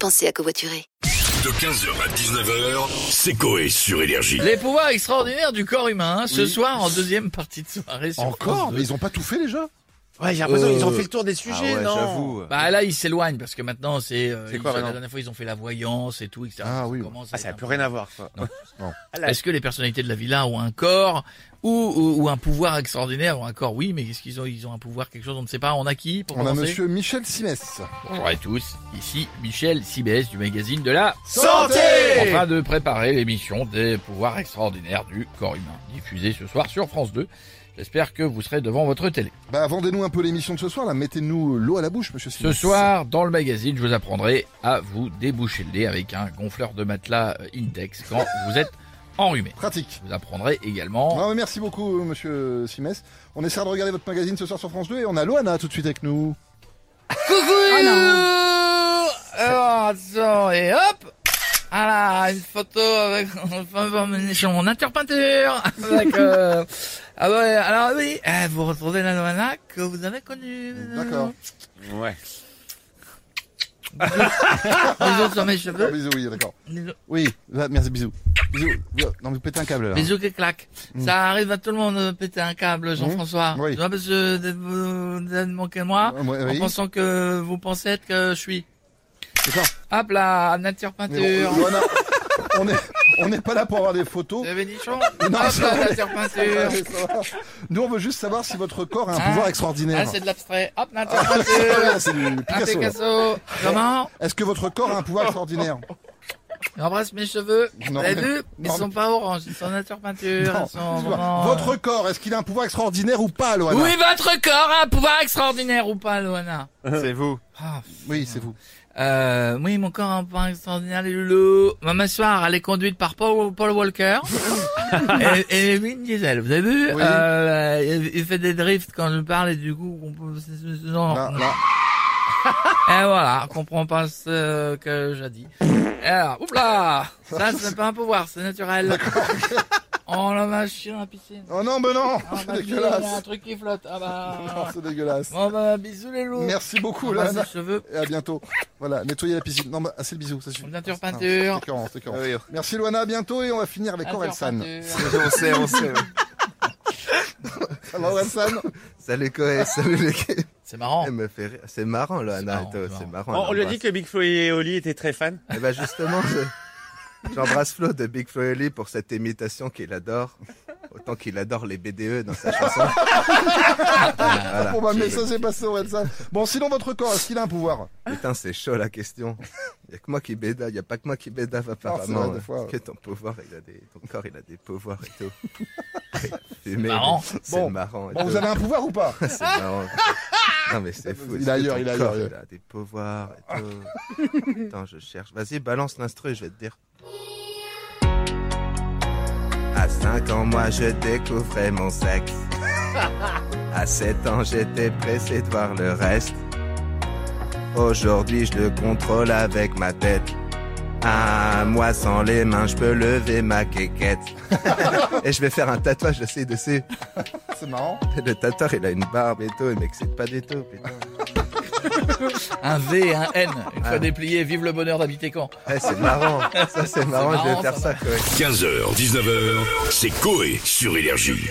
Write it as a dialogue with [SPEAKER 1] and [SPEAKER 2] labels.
[SPEAKER 1] Pensez à covoiturer.
[SPEAKER 2] De 15h à 19h, c'est Coé sur Énergie.
[SPEAKER 3] Les pouvoirs extraordinaires du corps humain, hein, ce soir en deuxième partie de soirée. sur France
[SPEAKER 4] Encore
[SPEAKER 3] deux.
[SPEAKER 4] Mais ils ont pas tout fait déjà
[SPEAKER 5] Ouais, j'ai l'impression
[SPEAKER 4] Euh,
[SPEAKER 5] qu'ils ont fait le tour des sujets, non
[SPEAKER 3] Bah là, ils s'éloignent parce que maintenant, c'est. euh,
[SPEAKER 5] C'est
[SPEAKER 3] ils-
[SPEAKER 5] quoi,
[SPEAKER 3] La
[SPEAKER 5] maintenant
[SPEAKER 3] dernière fois, ils ont fait la voyance et tout, etc.
[SPEAKER 4] Ah oui.
[SPEAKER 3] commence à
[SPEAKER 5] Ah, ça n'a
[SPEAKER 3] être
[SPEAKER 5] plus
[SPEAKER 3] un
[SPEAKER 5] rien à voir, quoi.
[SPEAKER 3] peu- Est-ce que les personnalités de la villa ont un corps ou, ou, ou un pouvoir extraordinaire ou un corps Oui, mais qu'est-ce qu'ils ont Ils ont un pouvoir, quelque chose, on ne sait pas. On a qui pour
[SPEAKER 4] On a
[SPEAKER 3] commencer
[SPEAKER 4] monsieur Michel Simès.
[SPEAKER 3] Bonjour à tous. Ici Michel Sibès du magazine de la en
[SPEAKER 5] Santé
[SPEAKER 3] train de préparer l'émission des pouvoirs extraordinaires du corps humain, diffusée ce soir sur France 2. J'espère que vous serez devant votre télé.
[SPEAKER 4] Bah vendez-nous un peu l'émission de ce soir là, mettez-nous euh, l'eau à la bouche monsieur
[SPEAKER 3] Ce
[SPEAKER 4] Simès.
[SPEAKER 3] soir, dans le magazine, je vous apprendrai à vous déboucher le nez avec un gonfleur de matelas euh, Index quand vous êtes enrhumé.
[SPEAKER 4] Pratique.
[SPEAKER 3] Je vous apprendrez également.
[SPEAKER 4] Ah, mais merci beaucoup euh, monsieur Simès. On essaiera de regarder votre magazine ce soir sur France 2 et on a Loana tout de suite avec nous.
[SPEAKER 3] Ah Alors, attention, et hop Ah là, une photo avec mon interpeinture avec, euh, ah ouais, alors oui, euh, vous retrouvez la nana que vous avez connue. Mmh.
[SPEAKER 4] D'accord.
[SPEAKER 5] Ouais.
[SPEAKER 3] Bisous sur mes
[SPEAKER 4] Ah,
[SPEAKER 3] cheveux.
[SPEAKER 4] bisous, oui, d'accord.
[SPEAKER 3] Bisous.
[SPEAKER 4] Oui, là, merci, bisous. Bisous. Non, mais vous pétez un câble là.
[SPEAKER 3] Bisous qui claquent. Ça arrive à tout le monde de péter un câble, Jean-François.
[SPEAKER 4] Mm. Oui.
[SPEAKER 3] Tu vois, parce que vous vous êtes manqué de moi,
[SPEAKER 4] Ah, moi,
[SPEAKER 3] en
[SPEAKER 4] oui.
[SPEAKER 3] pensant que vous pensez être que je suis.
[SPEAKER 4] C'est ça.
[SPEAKER 3] Hop là, nature
[SPEAKER 4] Mais oh, bon,
[SPEAKER 3] peinture.
[SPEAKER 4] Loana, on est, on n'est pas là pour avoir des photos.
[SPEAKER 3] Le bénichon.
[SPEAKER 4] Non,
[SPEAKER 3] Hop
[SPEAKER 4] ça
[SPEAKER 3] là,
[SPEAKER 4] va.
[SPEAKER 3] nature
[SPEAKER 4] Ah,
[SPEAKER 3] peinture.
[SPEAKER 4] oui, ça va. Nous, on veut juste savoir si votre corps a un
[SPEAKER 3] Ah.
[SPEAKER 4] pouvoir
[SPEAKER 3] Ah,
[SPEAKER 4] extraordinaire.
[SPEAKER 3] c'est de l'abstrait. Hop, nature
[SPEAKER 4] Ah,
[SPEAKER 3] peinture. Ah,
[SPEAKER 4] c'est du
[SPEAKER 3] Un
[SPEAKER 4] Picasso. là.
[SPEAKER 3] Picasso. Comment
[SPEAKER 4] Est-ce que votre corps a un pouvoir extraordinaire
[SPEAKER 3] J'embrasse mes cheveux. Vous
[SPEAKER 4] Non,
[SPEAKER 3] avez
[SPEAKER 4] mais-
[SPEAKER 3] vu Ils
[SPEAKER 4] non,
[SPEAKER 3] sont
[SPEAKER 4] mais-
[SPEAKER 3] pas oranges, ils sont nature peinture.
[SPEAKER 4] Non,
[SPEAKER 3] ils sont
[SPEAKER 4] excuse-moi.
[SPEAKER 3] vraiment- euh,
[SPEAKER 4] Votre corps, est-ce qu'il a un pouvoir extraordinaire ou pas, Loana
[SPEAKER 3] Oui, votre corps a un pouvoir extraordinaire ou pas, Loana
[SPEAKER 5] C'est vous.
[SPEAKER 3] Ah,
[SPEAKER 4] Oui, c'est vous.
[SPEAKER 3] Euh, oui, mon corps a un point extraordinaire, les loulous. Maman Soir, elle est conduite par Paul, Paul Walker. et, et Vin Diesel, vous avez vu
[SPEAKER 4] Oui.
[SPEAKER 3] Euh, il, il fait des drifts quand je parle et du coup, on peut... c'est- c'est- non.
[SPEAKER 4] Là, là.
[SPEAKER 3] Et voilà, on comprend pas ce que j'ai dit. Et Alors, oupla Ça, c'est pas un pouvoir, c'est naturel. oh, la machine à la piscine.
[SPEAKER 4] Oh non, mais non
[SPEAKER 3] Ah,
[SPEAKER 4] C'est
[SPEAKER 3] ma fille, elle a un
[SPEAKER 4] dégueulasse
[SPEAKER 3] truc qui flotte. Ah
[SPEAKER 4] Non,
[SPEAKER 3] bah...
[SPEAKER 4] c'est dégueulasse.
[SPEAKER 3] Bon bah, bisous les loups.
[SPEAKER 4] Merci beaucoup,
[SPEAKER 3] Embrasse
[SPEAKER 4] Loana.
[SPEAKER 3] les cheveux.
[SPEAKER 4] Et à bientôt. Voilà, nettoyez la piscine. Non, mais assez le bisou, ça suffit.
[SPEAKER 3] Peinture,
[SPEAKER 4] Non,
[SPEAKER 3] peinture.
[SPEAKER 4] C'est écœurant, c'est écœurant.
[SPEAKER 5] Ah oui.
[SPEAKER 4] Merci, Loana, à bientôt. Et on va finir avec
[SPEAKER 3] Nature
[SPEAKER 4] Orelsan.
[SPEAKER 3] peinture.
[SPEAKER 5] on sait, on sait.
[SPEAKER 4] Alors, Orelsan,
[SPEAKER 6] Salut Coé, salut les gars.
[SPEAKER 3] C'est marrant.
[SPEAKER 6] Elle me fait rire. C'est marrant là,
[SPEAKER 3] Oh. C'est
[SPEAKER 6] Anna.
[SPEAKER 3] marrant,
[SPEAKER 6] Attends,
[SPEAKER 3] c'est
[SPEAKER 6] C'est marrant.
[SPEAKER 5] Oh, On, on lui a dit que Big Flo et Oli étaient très fans.
[SPEAKER 6] Eh ben justement, je- j'embrasse Flo de Big Flo et Oli pour cette imitation qu'il adore. Autant qu'il adore les BDE dans sa chanson. voilà.
[SPEAKER 4] pour ma message est passé, Orelsan. Bon, sinon, votre corps, est-ce qu'il a un pouvoir
[SPEAKER 6] Putain, c'est chaud la question. Y a que moi qui bédave, y a pas que moi qui bédave apparemment. hein.
[SPEAKER 4] vrai, des fois, ouais.
[SPEAKER 6] Que ton pouvoir, il a des, ton corps, il a des pouvoirs et tout. Fumer,
[SPEAKER 3] marrant.
[SPEAKER 6] C'est
[SPEAKER 4] Bon.
[SPEAKER 6] marrant. et
[SPEAKER 4] Bon,
[SPEAKER 6] tout.
[SPEAKER 4] vous avez un pouvoir ou pas
[SPEAKER 6] C'est marrant. Non mais c'est fou.
[SPEAKER 4] Ah. Il a ailleurs,
[SPEAKER 6] Ton
[SPEAKER 4] il a
[SPEAKER 6] corps,
[SPEAKER 4] ailleurs. Ah.
[SPEAKER 6] Il a des pouvoirs et tout. Attends, je cherche. Vas-y, balance l'instru, et je vais te dire. À 5 ans, moi, je découvrais mon sexe. À 7 ans, j'étais pressé de voir le reste. Aujourd'hui, je le contrôle avec ma tête. Ah, moi, sans les mains, je peux lever ma quéquette. et je vais faire un tatouage, je sais, dessus.
[SPEAKER 4] C'est marrant.
[SPEAKER 6] Le tatar, il a une barbe et tout, il m'excite pas du tout, putain.
[SPEAKER 3] Un V et un N. Une fois
[SPEAKER 6] Ah.
[SPEAKER 3] déplié, vive le bonheur d'habiter Caen.
[SPEAKER 6] Eh, c'est marrant, ça c'est marrant, je
[SPEAKER 3] marrant,
[SPEAKER 6] vais faire
[SPEAKER 3] ça
[SPEAKER 6] ça, quoi.
[SPEAKER 2] 15h, 19h, c'est Coé sur Énergie.